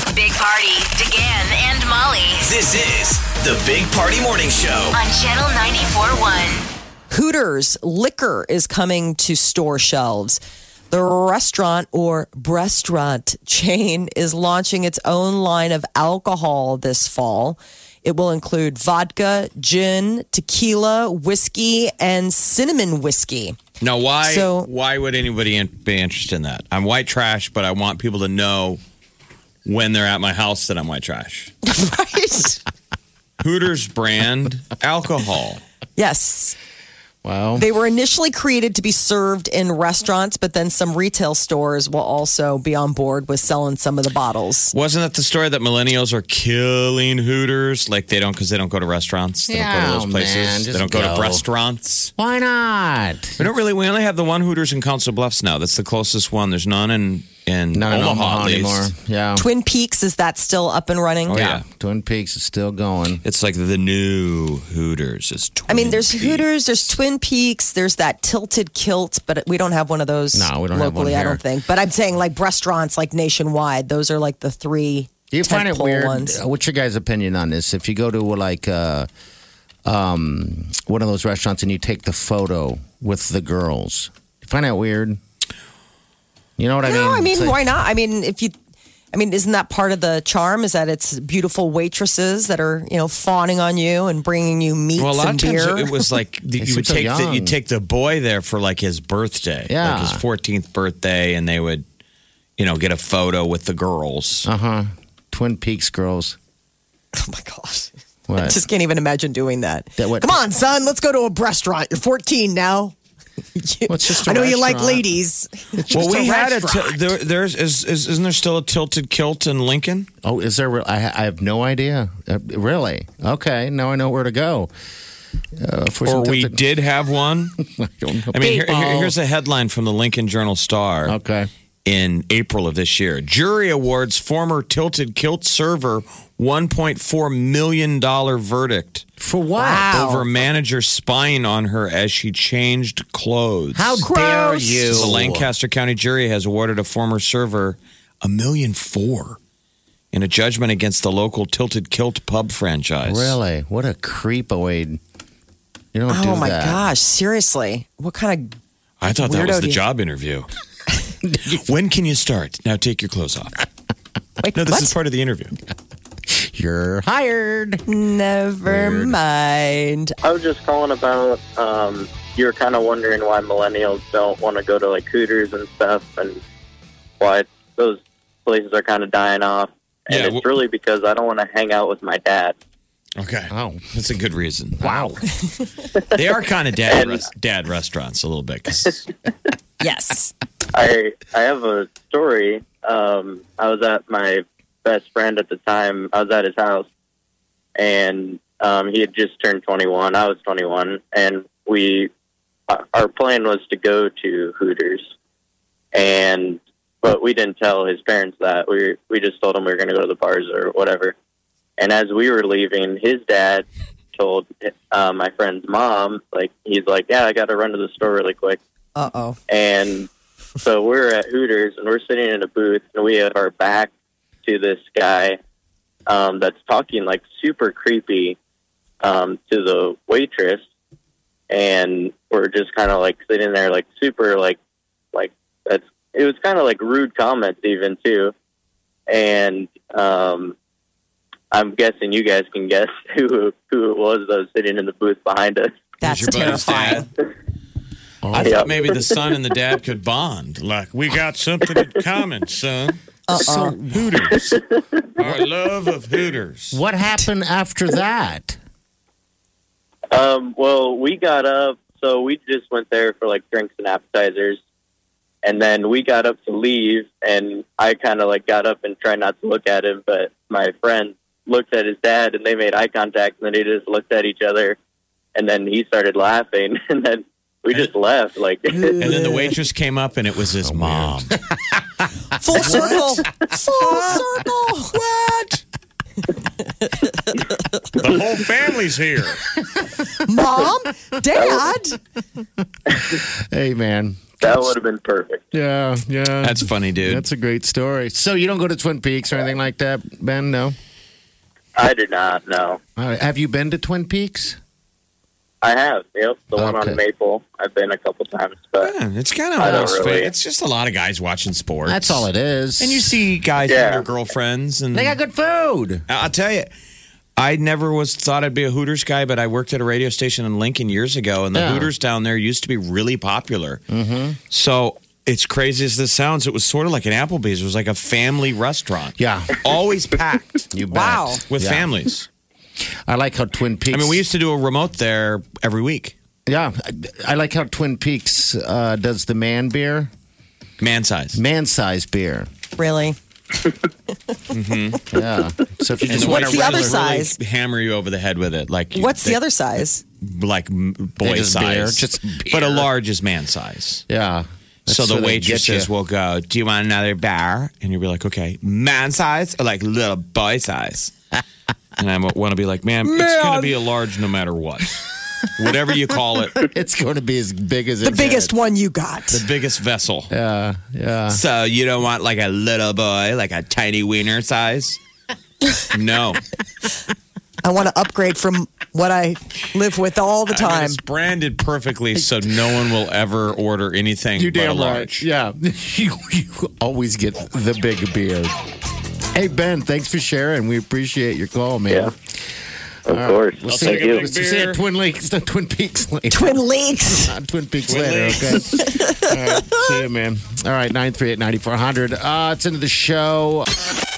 Party, DeGan and Molly This is the Big Party Morning Show. on Channel 94.1. Hooters liquor is coming to store shelves. The restaurant or restaurant chain is launching its own line of alcohol this fall. It will include vodka, gin, tequila, whiskey, and cinnamon whiskey. Now, why So- why would anybody in, be interested in that? I'm white trash, but I want people to know when they're at my house that I'm white trash. right? Hooters brand alcohol. Yes. Wow. They were initially created to be served in restaurants, but then some retail stores will also be on board with selling some of the bottles. Wasn't that the story that millennials are killing Hooters? Like they don't because they don't go to restaurants. They don't go Yeah, Oh, to those places. man, they just don't go. to go. restaurants. Why not? We don't really. We only have the one Hooters in Council Bluffs now. That's the closest one. There's none in in Not in Omaha, Omaha at least. anymore. Yeah. Twin Peaks, is that still up and running? Oh, yeah. Twin Peaks is still going. It's like the new Hooters. It's I mean, there's Twin Hooters, there's Twin Peaks, there's that tilted kilt, but we don't have one of those. No, we don't have one locally. I here. don't think. But I'm saying like restaurants, like nationwide. Those are like the three. Do you find it tentpole weird? uh, Ones. What's your guys' opinion on this? If you go to like uh, um, one of those restaurants and you take the photo with the girls, do you find that weird? You know what I mean? no, I mean, It's like- why not? I mean, if you, I mean, isn't that part of the charm? Is that it's beautiful waitresses that are you know fawning on you and bringing you meats Well, a lot and of times beer? it was like the, you seem would so take the, you young. take the boy there for like his birthday, Yeah. like his fourteenth birthday, and they would, you know, get a photo with the girls. Uh huh. Twin Peaks girls. oh my gosh. I What? just can't even imagine doing that. That what- Come on, son, let's go to a restaurant. You're 14 now. You- Well, it's just I a know you like restaurant. ladies. well, just we a had a restaurant. t- there, there's is, is isn't there still a tilted kilt in Lincoln? Oh, is there? Re- I, I have no idea. Uh, really? Okay. Now I know where to go. Uh, for Or some we tempted- did have one. I don't know. I mean, here, here- here's a headline from the Lincoln Journal Star okay. in April of this year: Jury awards former tilted kilt server 1.4 million dollar verdict. For what? Wow. over manager spying on her as she changed clothes. How dare Gross. you? The Lancaster County jury has awarded a former server a million four in a judgment against the local Tilted Kilt pub franchise. Really? What a creepoid. You don't do Oh my that. gosh, seriously. What kind of I thought that Weirdo was the you- job interview. when can you start? Now take your clothes off. Wait, No, this what? is part of the interview. You're hired. Never Weird. mind. I was just calling about um, you were kind of wondering why millennials don't want to go to like Hooters and stuff, and why those places are kind of dying off. And Yeah, it's well- really because I don't want to hang out with my dad. Okay. Oh. That's a good reason. Wow. They are kind of dad res- dad restaurants a little bit 'cause Yes. I I have a story. Um, I was at my best friend at the time. I was at his house, and um, he had just turned 21. I was 21, and we our- our plan was to go to Hooters, and but we didn't tell his parents that. We we just told him we were going to go to the bars or whatever. And as we were leaving, his dad told uh, my friend's mom, like he's like, "Yeah, I got to run to the store really quick." Uh oh. And so we're at Hooters and we're sitting in a booth and we have our back to this guy um, that's talking like super creepy um, to the waitress. And we're just kind of like sitting there, like super, like, like that's it was kind of like rude comments, even too. And um, I'm guessing you guys can guess who who it was that was sitting in the booth behind us. That's your buddy's terrifying. I Oh. Yeah. thought maybe the son and the dad could bond. Like, we got something in common, son. Uh-uh. Uh-oh. Hooters. Our love of Hooters. what happened after that? Um, well, we got up, so we just went there for like drinks and appetizers, and then we got up to leave, and I kind of like got up and tried not to look at him, but my friend looked at his dad, and they made eye contact, and then they just looked at each other, and then he started laughing, and then we just left. Like, And then the waitress came up and it was Oh, his mom. Full circle. Full circle. What? the whole family's here. Mom? Dad? Hey, man. That would have been perfect. Yeah, yeah. That's funny, dude. That's a great story. So you don't go to Twin Peaks or anything like that, Ben? No. I did not know. All right. Have you been to Twin Peaks? I have. Yep, the one Okay. on Maple. I've been a couple times, but Yeah, it's kind of I don't almost fa- really. It's just a lot of guys watching sports. That's all it is. And you see guys Yeah. and their girlfriends, and they got good food. I- I'll tell you, I never was thought I'd be a Hooters guy, but I worked at a radio station in Lincoln years ago, and the Yeah. Hooters down there used to be really popular. Mm-hmm. So it's crazy as this sounds, it was sort of like an Applebee's. It was like a family restaurant. Yeah. always packed You bet. Wow. with Yeah. families. I like how Twin Peaks. I mean, we used to do a remote there every week. Yeah, I, I like how Twin Peaks uh, does the man beer, Man size. man size beer. Really? Yeah. So if you just the want what's a the other regular- side? really size? hammer you over the head with it. Like you- What's they- the other size? like m- boy just size, beer, just but a beer. large is man size. Yeah. so That's the where they waitress get you. waitresses will go, "Do you want another bar?" And you'll be like, "Okay, man size or like little boy size." and I want to be like, "Ma'am, it's going to be a large no matter what, whatever you call it, the It's going to be as big as The biggest one you got. biggest vessel." Yeah, yeah. So you don't want like a little boy, like a tiny wiener size. No, I want to upgrade from what I live with all the I mean, time. it's branded perfectly, so no one will ever order anything You but a damn large. large. Yeah. you, you always get the big beer. Hey Ben, thanks for sharing. We appreciate your call, man. yeah, of course. We'll see Thank you. you. We'll see you at Twin Lakes, not Twin Peaks later. Twin Leaks. Not Twin Peaks Twin later, Lakes. okay? All right, see you, man. All right, 938-9400. Uh, it's into the show.